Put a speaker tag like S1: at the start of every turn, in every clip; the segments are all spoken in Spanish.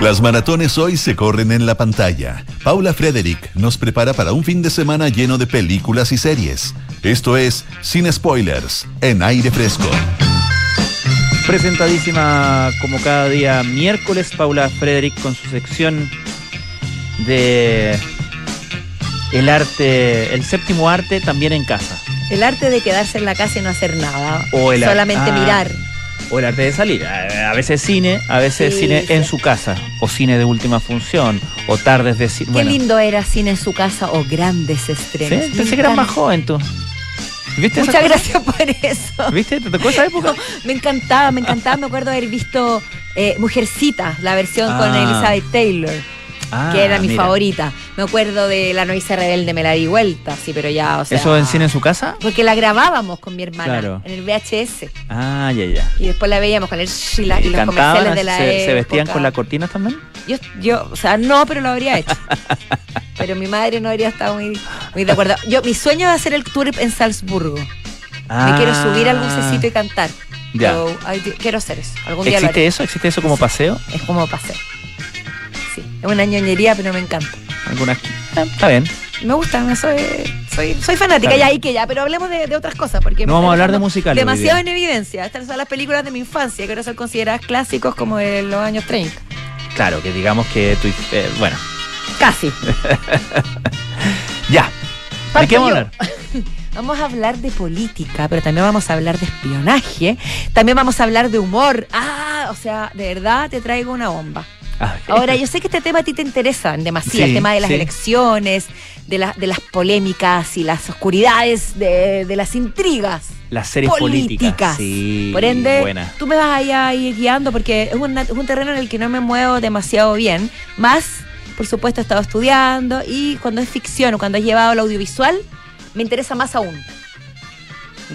S1: Las maratones hoy se corren en la pantalla. Paula Frederick nos prepara para un fin de semana lleno de películas y series. Esto es Sin Spoilers, en aire fresco.
S2: Presentadísima como cada día miércoles, Paula Frederick con su sección de el arte, el séptimo arte también en casa.
S3: El arte de quedarse en la casa y no hacer nada.
S2: O el ar-
S3: solamente
S2: ah.
S3: mirar.
S2: O el arte de salir. A a veces cine, a veces
S3: Sí,
S2: cine en
S3: sí.
S2: su casa. O cine de última función. O tardes de cine.
S3: Qué lindo era cine en su casa o grandes estrenos. Me
S2: Pensé que eras
S3: encanta.
S2: más joven tú. ¿Viste esa
S3: Muchas
S2: cosa?
S3: gracias por eso.
S2: ¿Viste? ¿Te tocó esa época?
S3: Me encantaba, me encantaba. Me acuerdo haber visto eh, Mujercita, la versión con
S2: Ah.
S3: Elizabeth Taylor,
S2: Ah,
S3: que era mi
S2: mira.
S3: favorita. Me acuerdo de La novicia rebelde, me la di vuelta, sí, pero ya, o sea.
S2: ¿Eso en cine en su casa?
S3: Porque la grabábamos con mi hermana
S2: Claro.
S3: en el VHS
S2: Ah, ya, ya.
S3: y después la veíamos con el Shila y,
S2: ¿Y
S3: los comerciales
S2: cantaban?
S3: de la
S2: ¿Se, se vestían
S3: época.
S2: con la cortina también?
S3: Yo, yo, o sea, no, pero lo habría hecho. pero mi madre no habría estado muy, muy de acuerdo. Yo, mi sueño es hacer el tour en Salzburgo. Me quiero subir al bucecito y cantar.
S2: Ah. Ya.
S3: Yo, ay, di- quiero hacer eso. Algún día lo
S2: ¿Existe
S3: haré.
S2: eso? ¿Existe eso como paseo?
S3: Es como paseo. Sí. Es una ñoñería, pero me encanta.
S2: Algunas... Ah, Está bien.
S3: Me gusta, me soy, soy, soy fanática
S2: Está
S3: ya
S2: bien.
S3: y que ya, pero hablemos de, de otras cosas. Porque
S2: No
S3: me
S2: vamos a
S3: están
S2: hablar de
S3: dejando
S2: musicales hoy
S3: Demasiado
S2: día.
S3: en evidencia. Estas son las películas de mi infancia que ahora son consideradas clásicos como de los años 30.
S2: Claro, que digamos que tú... eh, bueno,
S3: Casi.
S2: ya. ¿De
S3: Parto
S2: qué vamos a
S3: yo.
S2: hablar?
S3: Vamos a hablar de política, pero también vamos a hablar de espionaje. También vamos a hablar de humor. Ah, o sea, de verdad te traigo una bomba.
S2: Ah,
S3: Ahora, yo sé que este tema a ti te interesa demasiado,
S2: Sí,
S3: el tema de las
S2: sí.
S3: elecciones, de, las de las polémicas y las oscuridades, de, de las intrigas.
S2: Las series políticas. Sí,
S3: Por ende,
S2: buena.
S3: tú me vas ahí a ir guiando porque es, una- es un terreno en el que no me muevo demasiado bien. Más, por supuesto, he estado estudiando y cuando es ficción o cuando es llevado al audiovisual, me interesa más aún.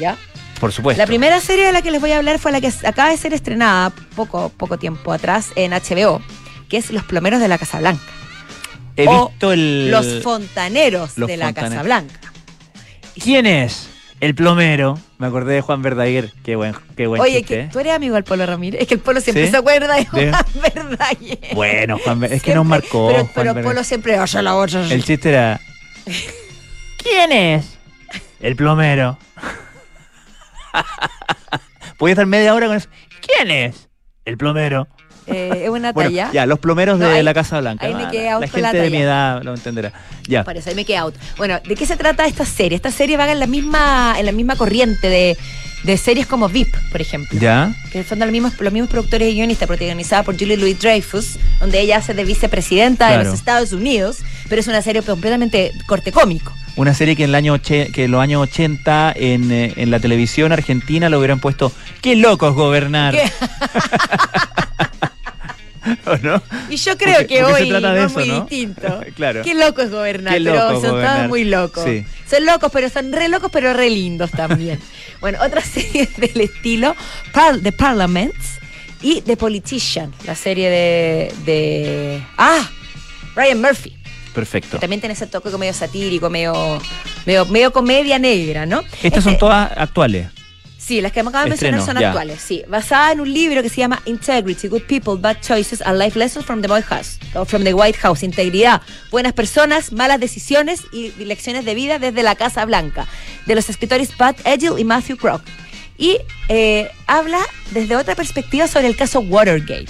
S3: ¿Ya?
S2: Por supuesto.
S3: La primera serie de la que les voy a hablar fue la que acaba de ser estrenada poco, poco tiempo atrás en HBO, que es Los Plomeros de la Casa Blanca.
S2: He
S3: o
S2: visto el...
S3: Los Fontaneros
S2: Los
S3: de la
S2: Fontaneros.
S3: Casa Blanca.
S2: ¿Quién es? El plomero. Me acordé de Juan Verdaguer. Qué buen, qué buen
S3: Oye,
S2: chiste,
S3: que
S2: ¿eh?
S3: tú eres amigo del Polo Ramírez. Es que el Polo siempre
S2: ¿Sí?
S3: se acuerda de
S2: De-
S3: Juan Verdaguer.
S2: Bueno, Juan Ver- es que
S3: Siempre-
S2: nos marcó.
S3: Pero,
S2: Juan
S3: pero
S2: Verdaguer.
S3: Polo siempre oye la otra.
S2: El chiste era. ¿Quién es? El plomero. Voy a estar media hora con eso. ¿Quién es? El plomero.
S3: Eh, es una
S2: Bueno,
S3: talla.
S2: ya, los plomeros
S3: No,
S2: de
S3: ahí-
S2: la Casa Blanca.
S3: ahí me
S2: Ah,
S3: quedé
S2: la
S3: out
S2: gente
S3: con la
S2: de
S3: talla.
S2: mi edad lo entenderá. Ya.
S3: Por eso ahí me quedé out. Bueno, ¿de qué se trata esta serie? Esta serie va en la misma, en la misma corriente de, de series como VIP, por ejemplo.
S2: ¿Ya?
S3: que son los mismos, los mismos productores y guionistas, protagonizada por Julie Louis Dreyfus, donde ella hace de vicepresidenta de
S2: Claro.
S3: los Estados Unidos, pero es una serie completamente corte cómico.
S2: Una serie que en, el año oche- que en los años 80 en, eh, en la televisión argentina lo hubieran puesto ¡Qué locos gobernar!
S3: ¿Qué?
S2: ¿O no?
S3: Y yo creo
S2: Porque-
S3: que
S2: porque se
S3: hoy
S2: trata
S3: no
S2: de
S3: es
S2: eso,
S3: muy
S2: ¿no?
S3: distinto.
S2: Claro.
S3: Qué loco es gobernar,
S2: Qué
S3: pero
S2: loco
S3: son
S2: gobernar.
S3: todos muy locos.
S2: Sí.
S3: Son locos, pero son re locos, pero re lindos también. bueno, otra serie del estilo, Par- The Parliaments y The Politician, la serie de, de... Ah, Ryan Murphy.
S2: Perfecto.
S3: que También tiene ese toque medio satírico, medio, medio, medio comedia negra, ¿no?
S2: Estas son
S3: Este-
S2: todas actuales.
S3: Sí, las que me acabas de mencionar
S2: Estreno,
S3: son
S2: ya.
S3: actuales, sí. Basada en un libro que se llama Integrity, Good People, Bad Choices, and Life Lessons from the White House. o from the White House. Integridad, buenas personas, malas decisiones y lecciones de vida desde la Casa Blanca. De los escritores Pat Edgel y Matthew Crock. Y eh, habla desde otra perspectiva sobre el caso Watergate,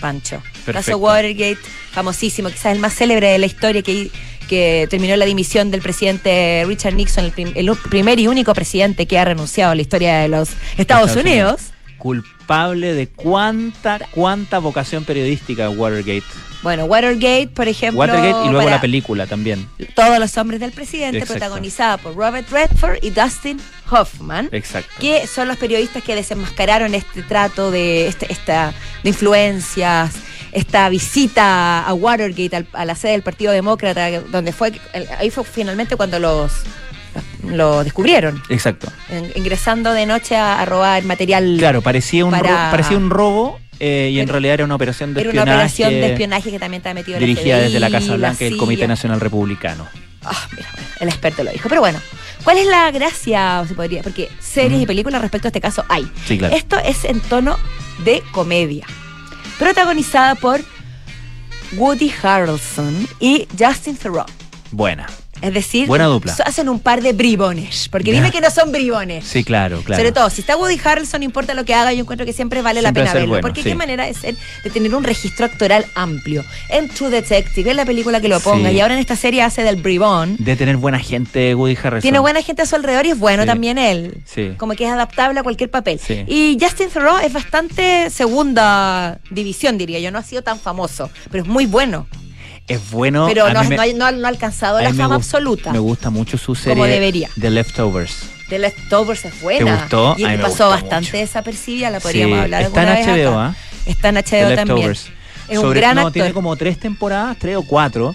S3: Pancho.
S2: Perfecto.
S3: Caso Watergate, famosísimo, quizás el más célebre de la historia que, que terminó en la dimisión del presidente Richard Nixon, el, prim- el u- primer y único presidente que ha renunciado a la historia de los Estados,
S2: Estados
S3: Unidos.
S2: Culpable de cuánta, cuánta vocación periodística Watergate.
S3: Bueno, Watergate, por ejemplo.
S2: Watergate y luego
S3: para
S2: la película también.
S3: Todos los hombres del presidente,
S2: Exacto.
S3: protagonizada por Robert Redford y Dustin Hoffman.
S2: Exacto.
S3: que son los periodistas que desenmascararon este trato de este- esta de influencias, esta visita a Watergate, al- a la sede del Partido Demócrata, donde fue el- ahí fue finalmente cuando los lo descubrieron,
S2: Exacto.
S3: en- ingresando de noche a, a robar material.
S2: Claro, parecía un,
S3: Para-
S2: ro- parecía un robo eh, y en
S3: Pero-
S2: realidad era una operación de
S3: Era una
S2: espionaje.
S3: operación de espionaje que también estaba metido el
S2: Dirigida
S3: FBI,
S2: desde la Casa Blanca y el
S3: CIA.
S2: Comité Nacional Republicano.
S3: Ah, mira, bueno, el experto lo dijo. Pero bueno, ¿cuál es la gracia? o se podría, porque series
S2: Mm.
S3: y películas respecto a este caso hay.
S2: Sí, claro.
S3: Esto es en tono de comedia. Protagonizada por Woody Harrelson y Justin Theroux.
S2: Buena.
S3: Es decir,
S2: Buena dupla.
S3: so- hacen un par de bribones.
S2: Ya.
S3: Porque dime que no son bribones.
S2: Sí, claro, claro.
S3: Sobre todo, si está Woody Harrelson, no importa lo que haga, yo encuentro que siempre vale
S2: Siempre
S3: la pena
S2: ser
S3: verlo.
S2: bueno,
S3: porque
S2: sí.
S3: qué manera de ser, de tener un registro actoral amplio. En True Detective, en la película que lo
S2: Sí.
S3: ponga, y ahora en esta serie hace del bribón.
S2: De tener buena gente, Woody Harrelson.
S3: Tiene buena gente a su alrededor y es bueno
S2: Sí.
S3: también él.
S2: Sí.
S3: Como que es adaptable a cualquier papel.
S2: Sí.
S3: Y Justin Theroux es bastante segunda división, diría yo. No ha sido tan famoso, pero es muy bueno.
S2: Es bueno.
S3: pero
S2: a
S3: no,
S2: mí me-
S3: no ha- no ha- no ha alcanzado
S2: a
S3: la
S2: mí me
S3: fama
S2: gust-
S3: absoluta.
S2: Me gusta mucho su serie.
S3: debería.
S2: The Leftovers.
S3: The Leftovers es buena.
S2: ¿Te gustó?
S3: Y
S2: A mí me
S3: pasó
S2: gustó
S3: bastante
S2: mucho.
S3: desapercibida, la podríamos
S2: Sí,
S3: hablar
S2: está
S3: alguna
S2: en
S3: vez
S2: HBO,
S3: acá.
S2: ¿ah?
S3: Está en
S2: The
S3: HBO también.
S2: Leftovers.
S3: Es un
S2: Sobre-
S3: gran
S2: no,
S3: actor. Mm.
S2: tiene como tres temporadas, tres o cuatro.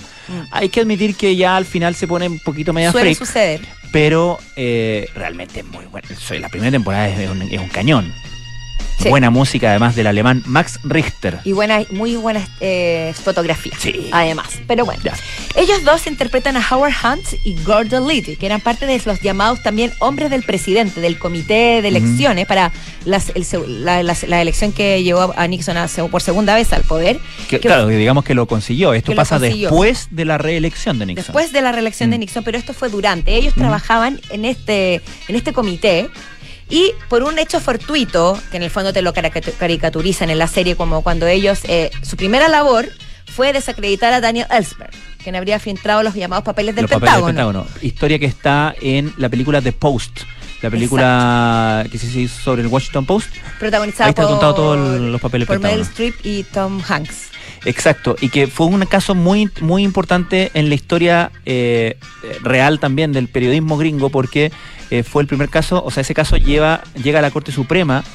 S2: Hay que admitir que ya al final se pone un poquito media
S3: Suele
S2: freak,
S3: suceder.
S2: pero eh, realmente es muy buena. Soy- La primera temporada es un, es un cañón.
S3: Sí.
S2: Buena música, además del alemán Max Richter.
S3: Y buena, muy buenas eh, fotografías.
S2: Sí.
S3: Además. Pero bueno.
S2: Ya.
S3: Ellos dos interpretan a Howard Hunt y Gordon Liddy, que eran parte de los llamados también hombres del presidente, del comité de elecciones para las, el seg- la, las- la elección que llevó a Nixon a seg- por segunda vez al poder.
S2: Que,
S3: que
S2: claro, digamos que lo consiguió. Esto
S3: que lo
S2: pasa
S3: consiguió.
S2: después de la reelección de Nixon.
S3: después de la reelección de
S2: Mm.
S3: Nixon, pero esto fue durante. Ellos trabajaban en este, en este comité y por un hecho fortuito, que en el fondo te lo caracatu- caricaturizan en la serie como cuando ellos, eh, su primera labor fue desacreditar a Daniel Ellsberg, quien habría filtrado los llamados papeles del
S2: Los papeles
S3: Pentágono.
S2: del Pentágono. Historia que está en la película The Post. La película que se hizo sobre el Washington Post.
S3: Protagonizado
S2: Ahí está
S3: por,
S2: contado todos los papeles
S3: por Meryl
S2: Pentágono.
S3: Streep y Tom Hanks.
S2: Exacto, y que fue un caso muy, muy importante en la historia eh, eh, real también del periodismo gringo, porque eh, fue el primer caso, o sea, ese caso lleva, llega a la Corte Suprema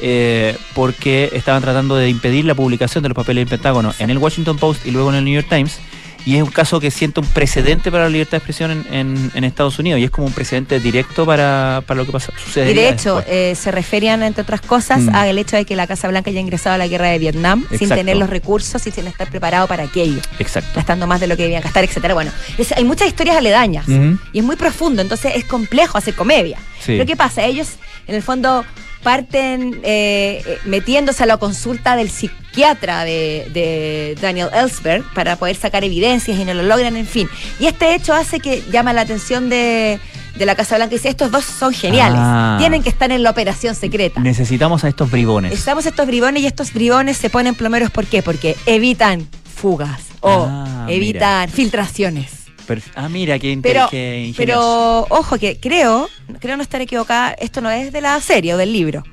S2: eh, porque estaban tratando de impedir la publicación de los papeles del Pentágono en el Washington Post y luego en el New York Times. Y es un caso que sienta un precedente para la libertad de expresión en, en- en Estados Unidos y es como un precedente directo para, para lo que pasa, sucede.
S3: Y de hecho, eh, se referían, entre otras cosas,
S2: Mm.
S3: al hecho de que la Casa Blanca haya ingresado a la guerra de Vietnam sin
S2: Exacto.
S3: tener los recursos y sin estar preparado para aquello.
S2: Exacto.
S3: gastando más de lo que debían gastar, etcétera. Bueno, es- hay muchas historias aledañas
S2: Ujú.
S3: y es muy profundo, entonces es complejo hacer comedia.
S2: Sí.
S3: Pero ¿qué pasa? Ellos, en el fondo, parten eh, eh, metiéndose a la consulta del psiquiatra de, de Daniel Ellsberg para poder sacar evidencias y no lo logran, en fin. Y este hecho hace que llama la atención de, de la Casa Blanca y dice, estos dos son geniales,
S2: Ah.
S3: tienen que estar en la operación secreta.
S2: Necesitamos a estos bribones.
S3: Estamos estos bribones y estos bribones se ponen plomeros, ¿por qué? Porque evitan fugas o
S2: Ah,
S3: evitan filtraciones.
S2: Per- ah, mira, qué, inte-
S3: Pero,
S2: qué ingenioso.
S3: pero ojo que creo, creo no estar equivocada, esto no es de la serie o del libro.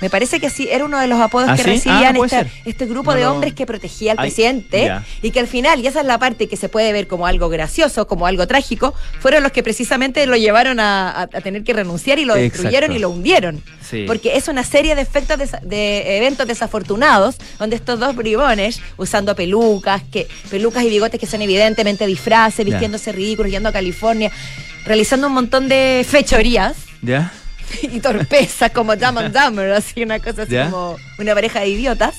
S3: Me parece que sí, era uno de los apodos
S2: ¿Ah,
S3: que
S2: sí? Ah,
S3: recibían
S2: puede
S3: esta-
S2: ser.
S3: este grupo
S2: No
S3: de
S2: lo-
S3: hombres que protegía al
S2: Ay,
S3: presidente
S2: ya.
S3: y que al final, y esa es la parte que se puede ver como algo gracioso, como algo trágico, fueron los que precisamente lo llevaron a, a- a tener que renunciar y lo
S2: Exacto.
S3: destruyeron y lo hundieron.
S2: Sí.
S3: Porque es una serie de efectos desa- de eventos desafortunados donde estos dos bribones usando pelucas, que pelucas y bigotes que son evidentemente disfraces,
S2: Ya.
S3: vistiéndose ridículos, yendo a California, realizando un montón de fechorías
S2: ¿Ya?
S3: y torpezas como Dumb and Dumber, así una cosa así
S2: Ya.
S3: como una pareja de idiotas.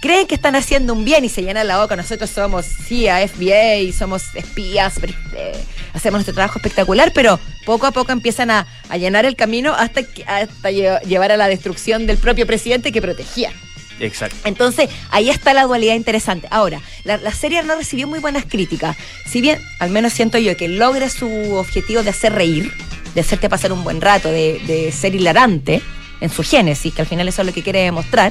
S3: Creen que están haciendo un bien y se llenan la boca. Nosotros somos CIA, FBI, y somos espías, pero, eh, hacemos nuestro trabajo espectacular, pero poco a poco empiezan a, a llenar el camino hasta, que- hasta lle- llevar a la destrucción del propio presidente que protegía.
S2: Exacto.
S3: Entonces, ahí está la dualidad interesante. Ahora, la, la serie no recibió muy buenas críticas. Si bien, al menos siento yo, que logra su objetivo de hacer reír, de hacerte pasar un buen rato, de, de ser hilarante en su génesis, que al final eso es lo que quiere demostrar,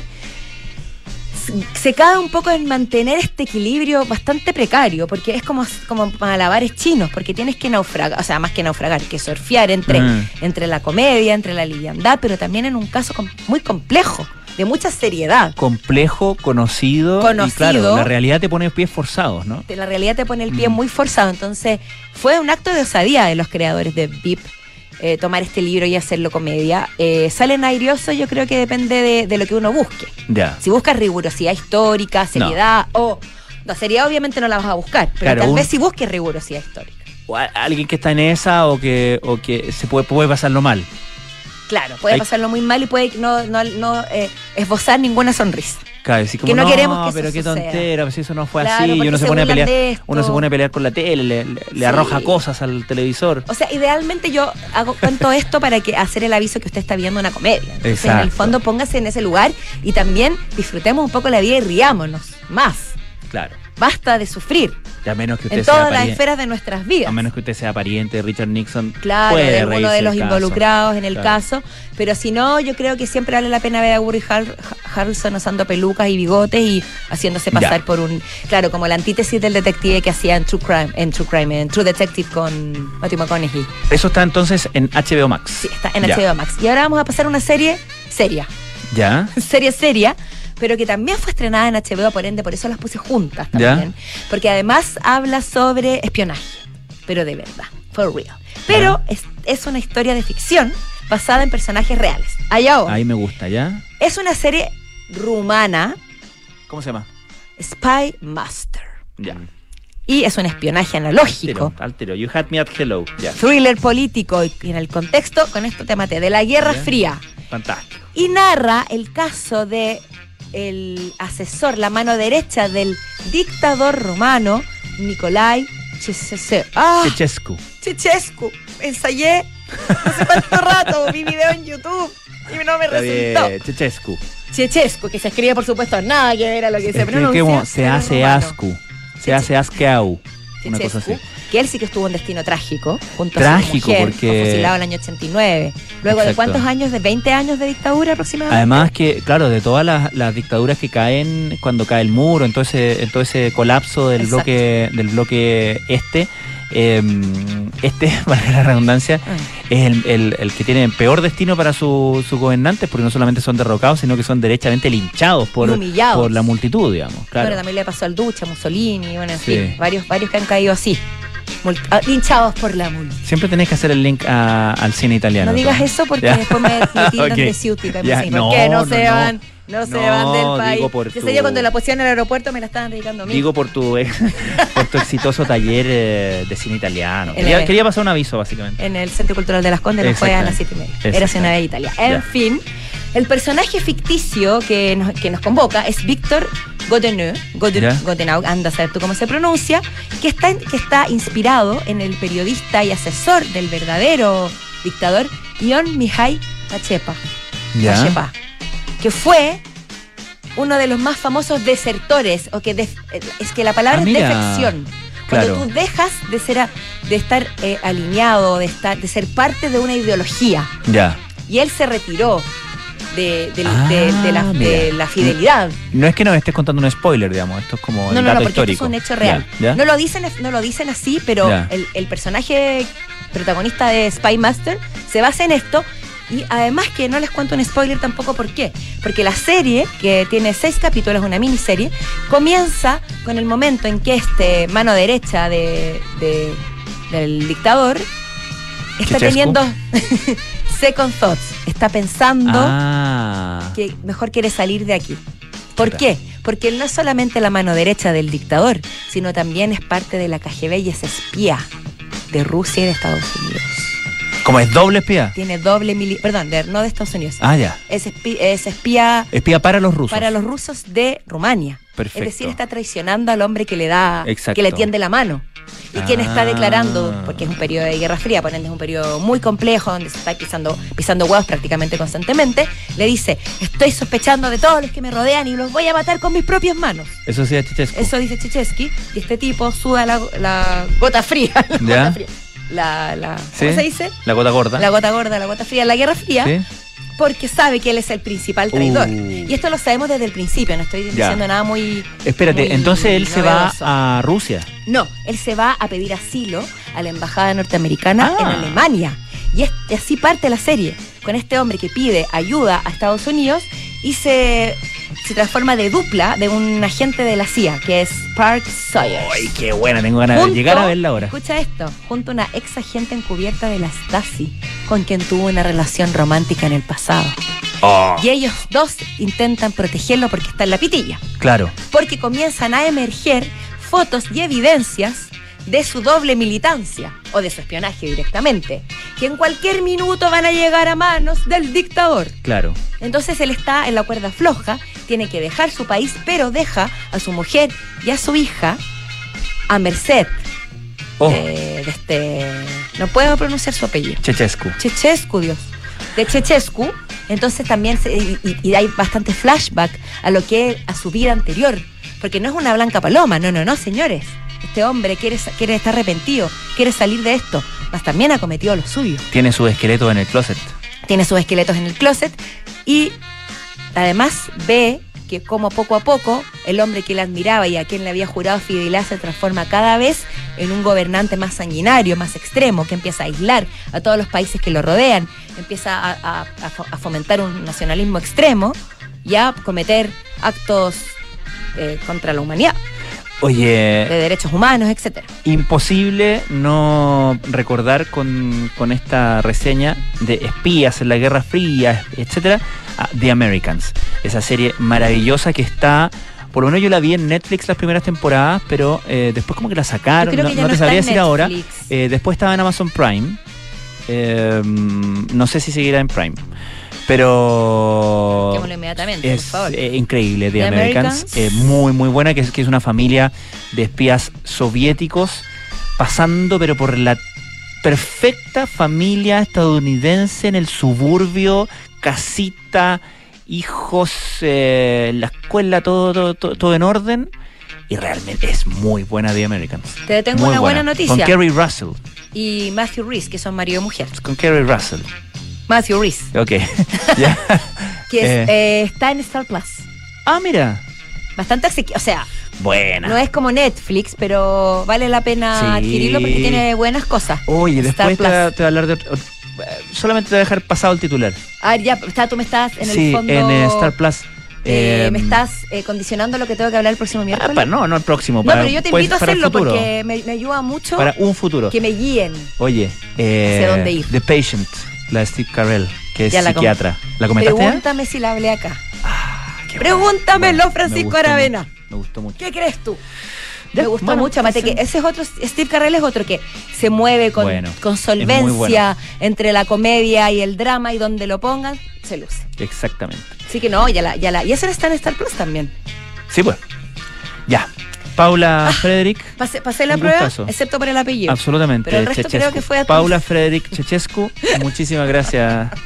S3: se- se cae un poco en mantener este equilibrio bastante precario, porque es como, como malabares chinos, porque tienes que naufragar, o sea, más que naufragar, que surfear entre,
S2: Mm.
S3: entre la comedia, entre la liviandad, pero también en un caso com- muy complejo, de mucha seriedad.
S2: Complejo, conocido. Y
S3: Conocido.
S2: claro, la realidad te pone pies forzados, ¿no?
S3: te- la realidad te pone el pie
S2: Mm.
S3: muy forzado. Entonces, fue un acto de osadía de los creadores de VIP eh, tomar este libro y hacerlo comedia. Eh, salen airiosos, yo creo que depende de, de lo que uno busque.
S2: Ya.
S3: Si buscas rigurosidad histórica, seriedad o. No, seriedad obviamente no la vas a buscar, pero
S2: Claro,
S3: tal
S2: un-
S3: vez si busques rigurosidad histórica.
S2: O a- alguien que está en esa o que, o que se puede, puede pasarlo mal.
S3: Claro, puede
S2: Hay-
S3: pasarlo muy mal y puede no, no, no eh, esbozar ninguna sonrisa.
S2: Claro, decir como,
S3: Que no
S2: no,
S3: queremos que eso
S2: pero qué
S3: suceda".
S2: tontera, pues eso no fue
S3: Claro,
S2: así. Y
S3: porque
S2: uno se,
S3: se
S2: pone a
S3: burlan
S2: pelear,
S3: de esto.
S2: uno se pone a pelear con la tele, le, le- le
S3: Sí.
S2: arroja cosas al televisor.
S3: O sea, idealmente yo hago cuento esto para que hacer el aviso que usted está viendo una comedia. Entonces, en el
S2: Exacto.
S3: fondo póngase en ese lugar y también disfrutemos un poco la vida y riámonos más.
S2: Claro.
S3: Basta de sufrir
S2: Y a menos que usted
S3: en
S2: sea
S3: todas las
S2: pariente-
S3: esferas de nuestras vidas.
S2: a menos que usted sea pariente de Richard Nixon,
S3: Claro,
S2: puede
S3: de alguno
S2: reírse
S3: de los
S2: del caso.
S3: involucrados en el
S2: Claro.
S3: caso. Pero si no, yo creo que siempre vale la pena ver a Woody Har- Harrelson usando pelucas y bigotes y haciéndose pasar
S2: Ya.
S3: por un. Claro, como la antítesis del detective que hacía en True Crime, en True Crime, en True Detective con Matthew McConaughey.
S2: Eso está entonces en HBO Max.
S3: Sí, está en
S2: Ya.
S3: HBO Max. Y ahora vamos a pasar a una serie seria.
S2: Ya.
S3: serie seria, pero que también fue estrenada en HBO, por ende, por eso las puse juntas también. Porque además habla sobre espionaje, pero de verdad, for real.
S2: Ah.
S3: Pero es, es una historia de ficción basada en personajes reales. Allá ahora.
S2: Ahí me gusta, ¿ya?
S3: Es una serie rumana,
S2: ¿Cómo se llama?
S3: Spy Master.
S2: Ya.
S3: Mm. Y es un espionaje
S2: Altero,
S3: analógico.
S2: altero. You had me at hello. Ya.
S3: Thriller político y y en el contexto, con esto te maté, de la Guerra
S2: Ya.
S3: Fría.
S2: Fantástico.
S3: y narra el caso de el asesor, la mano derecha del dictador romano Nicolai Ceausescu. ¡Ah!
S2: Chechescu.
S3: Ceausescu. Ensayé hace cuánto rato vi video en YouTube y no me
S2: Está
S3: resultó.
S2: bien. Chechescu.
S3: Ceausescu, que se escribe por supuesto nada que ver a lo que se
S2: Es que
S3: pronuncia.
S2: como se hace
S3: romano.
S2: ascu. Se hace asqueau. Una cosa
S3: Ceausescu,
S2: así.
S3: Que él sí que estuvo en destino trágico, junto a
S2: Trágico,
S3: su mujer,
S2: porque-
S3: fue fusilado en el año 89. Luego de
S2: Exacto.
S3: cuántos años, de 20 años de dictadura aproximadamente.
S2: Además que, claro, de todas las, las dictaduras que caen cuando cae el muro, entonces en todo ese colapso del
S3: Exacto.
S2: bloque del bloque este, eh, este, valga la redundancia,
S3: Ay.
S2: es el, el- el que tiene el peor destino para su- sus gobernantes, porque no solamente son derrocados, sino que son derechamente linchados por,
S3: Humillados.
S2: por la multitud, digamos. Claro.
S3: Bueno, también le pasó al Ducha, Mussolini, bueno, en
S2: Sí.
S3: fin, varios, varios que han caído así, mul- ah, linchados por la multa.
S2: Siempre tenés que hacer el link a- al cine italiano. ¿eh?
S3: No digas eso porque
S2: Ya.
S3: después me, me tildan
S2: Ok.
S3: de ciútica y
S2: Ya,
S3: me dicen,
S2: no,
S3: ¿por qué no,
S2: no,
S3: se
S2: no.
S3: van? No, se van
S2: No,
S3: del país.
S2: digo por
S3: Ese
S2: tu-
S3: día cuando la pusieron en el aeropuerto me la estaban dedicando a mí.
S2: Digo por tu, ex- por tu exitoso taller eh, de cine italiano.
S3: El- Eh,
S2: Quería, quería pasar un aviso, básicamente.
S3: en el Centro Cultural de las Condes, nos fue a las 7 y media. Era una
S2: Exactamente.
S3: de Italia. En
S2: Ya.
S3: fin, el personaje ficticio que nos, que nos convoca es Víctor Godenau,
S2: Ya.
S3: Godenau, anda a saber tú cómo se pronuncia, que está, en- que está inspirado en el periodista y asesor del verdadero dictador Ion Mihai Pachepa, Pachepa, que fue uno de los más famosos desertores, o que def- es que la palabra
S2: Ah,
S3: es
S2: mira.
S3: defección. Cuando
S2: Claro.
S3: tú dejas de ser a- de estar eh, alineado, de estar, de ser parte de una ideología.
S2: Ya.
S3: Y él se retiró de, del-
S2: Ah,
S3: de- de la,
S2: mira.
S3: de la fidelidad.
S2: No es que nos estés contando un spoiler, digamos, esto es como
S3: No,
S2: el
S3: no, no,
S2: dato
S3: porque esto es
S2: histórico.
S3: un hecho real.
S2: Ya, ya.
S3: No lo dicen, no lo dicen así, pero
S2: Ya.
S3: el, el personaje protagonista de Spy Master se basa en esto. Y además que no les cuento un spoiler tampoco por qué. Porque la serie, que tiene seis capítulos, una miniserie, comienza con el momento en que este mano derecha de, de- del dictador
S2: Ceausescu.
S3: está teniendo second thoughts. Está pensando
S2: Ah.
S3: que mejor quiere salir de aquí. ¿Por
S2: Chuta.
S3: qué? Porque él no es solamente la mano derecha del dictador, sino también es parte de la KGB y es espía de Rusia y de Estados Unidos.
S2: Como es doble espía.
S3: Tiene doble mili... Perdón, de- no de Estados Unidos.
S2: Ah, ya.
S3: Es, espi- es espía
S2: Espía para los rusos.
S3: para los rusos de Rumania.
S2: Perfecto.
S3: Es decir, está traicionando al hombre que le da,
S2: Exacto.
S3: que le tiende la mano. Y quien
S2: Ah.
S3: está declarando, porque es un periodo de Guerra Fría, por ende es un periodo muy complejo, donde se está pisando, pisando huevos prácticamente constantemente, le dice, estoy sospechando de todos los que me rodean y los voy a matar con mis propias manos.
S2: Eso sí es Chichescu.
S3: Eso dice Chichesky, y este tipo suda la, la gota fría. La,
S2: ¿Ya?
S3: gota fría. la, la- ¿cómo
S2: ¿Ah? Sí.
S3: se dice?
S2: La gota gorda.
S3: La gota gorda, la gota fría, la Guerra Fría
S2: ¿Sí?
S3: porque sabe que él es el principal traidor.
S2: Uh.
S3: Y esto lo sabemos desde el principio, no estoy
S2: Ya.
S3: diciendo nada muy...
S2: Espérate,
S3: muy
S2: entonces él se va
S3: novedoso.
S2: a Rusia.
S3: No, él se va a pedir asilo a la embajada norteamericana
S2: Ah.
S3: en Alemania. Y es- y así parte la serie, con este hombre que pide ayuda a Estados Unidos y se, se transforma de dupla de un agente de la CIA, que es Park Sawyer.
S2: Ay, qué buena, tengo ganas de
S3: Junto-
S2: llegar a verla ahora.
S3: Escucha esto, junto a una ex agente encubierta de la Stasi, con quien tuvo una relación romántica en el pasado.
S2: Oh,
S3: Y ellos dos intentan protegerlo porque está en la pitilla.
S2: Claro.
S3: Porque comienzan a emerger fotos y evidencias de su doble militancia o de su espionaje directamente, que en cualquier minuto van a llegar a manos del dictador.
S2: Claro.
S3: Entonces él está en la cuerda floja, tiene que dejar su país, pero deja a su mujer y a su hija a merced eh,
S2: Oh,
S3: de, de este... No puedo pronunciar su apellido.
S2: Chechescu.
S3: Chechescu, Dios. De Chechescu. Entonces también se- y, y- y hay bastante flashback a lo que a su vida anterior, Porque no es una blanca paloma, no, no, no, señores. Este hombre quiere, sa- quiere estar arrepentido, quiere salir de esto, mas también ha cometido lo suyo.
S2: Tiene sus esqueletos en el closet.
S3: Tiene sus esqueletos en el closet y además ve que como poco a poco el hombre que él admiraba y a quien le había jurado fidelidad se transforma cada vez en un gobernante más sanguinario, más extremo, que empieza a aislar a todos los países que lo rodean, empieza a, a- a fo- a fomentar un nacionalismo extremo y a cometer actos eh, contra la humanidad,
S2: Oye,
S3: de derechos humanos, etcétera.
S2: imposible no recordar con, con esta reseña de espías en la Guerra Fría, etcétera, a The Americans. Esa serie maravillosa que está. Por lo menos yo la vi en Netflix las primeras temporadas, pero eh, después como que la sacaron.
S3: Yo creo
S2: no,
S3: que ya
S2: no
S3: no
S2: te
S3: está
S2: sabría
S3: en
S2: decir ahora.
S3: Netflix.
S2: Eh, después estaba en Amazon Prime. Eh, no sé si seguirá en Prime. Pero.
S3: Busquémoslo inmediatamente,
S2: Es
S3: por favor.
S2: eh, increíble, The,
S3: The
S2: Americans.
S3: Americans.
S2: eh, muy, muy buena, que es, que es una familia de espías soviéticos pasando, pero por la perfecta familia estadounidense en el suburbio, casita, hijos, eh, la escuela, todo, todo, todo, todo en orden. Y realmente es muy buena The Americans.
S3: Te tengo
S2: Muy
S3: una buena, noticia.
S2: Con Kerry Russell.
S3: Y Matthew Reese, que son marido y mujer.
S2: Con Kerry Russell.
S3: Matthew Reese,
S2: Ok. Ya.
S3: que es,
S2: Eh.
S3: eh, está en Star Plus.
S2: Ah, mira.
S3: Bastante asequible, o sea,
S2: Buena.
S3: No es como Netflix, pero vale la pena
S2: Sí.
S3: adquirirlo porque tiene buenas cosas.
S2: Oye,
S3: Star
S2: después te,
S3: Plus.
S2: voy a- te voy a hablar de otro- otro- eh, Solamente te voy a dejar pasado el titular.
S3: A ver, ya, está, tú me estás en
S2: sí,
S3: el fondo.
S2: en eh, Star Plus.
S3: eh,
S2: eh,
S3: me estás eh, condicionando lo que tengo que hablar el próximo
S2: ah,
S3: miércoles.
S2: pa- no, no el próximo.
S3: no,
S2: para-
S3: pero yo te
S2: pues,
S3: invito a
S2: para el
S3: hacerlo
S2: futuro,
S3: porque me, me ayuda mucho
S2: Para un futuro.
S3: que me guíen.
S2: Oye, eh,
S3: Sé dónde ir.
S2: The Patient, la de Steve Carell, que es
S3: Ya la com-
S2: psiquiatra. ¿La comentaste?
S3: Pregúntame si la hablé acá.
S2: Ah, qué bueno.
S3: Pregúntamelo,
S2: Bueno, me
S3: Francisco
S2: gustó
S3: Aravena.
S2: mucho, Me gustó mucho.
S3: ¿Qué crees tú?
S2: Ya,
S3: me gustó
S2: bueno,
S3: mucho, aparte que
S2: entonces-
S3: ese es otro, Steve Carell es otro que se mueve con,
S2: Bueno,
S3: con
S2: es muy
S3: solvencia
S2: bueno.
S3: entre la comedia y el drama y donde lo pongan, se luce.
S2: Exactamente.
S3: Así que no, ya la, ya la. Y eso está en Star Plus también.
S2: Sí, pues. Ya.
S3: Ah,
S2: Paula Frederick.
S3: Pasé, pasé la
S2: Un
S3: prueba,
S2: gustazo. Ah,
S3: excepto por el apellido.
S2: Absolutamente.
S3: Pero el resto creo
S2: Chechescu.
S3: que fue a-
S2: Paula Frederick Chechescu, muchísimas gracias,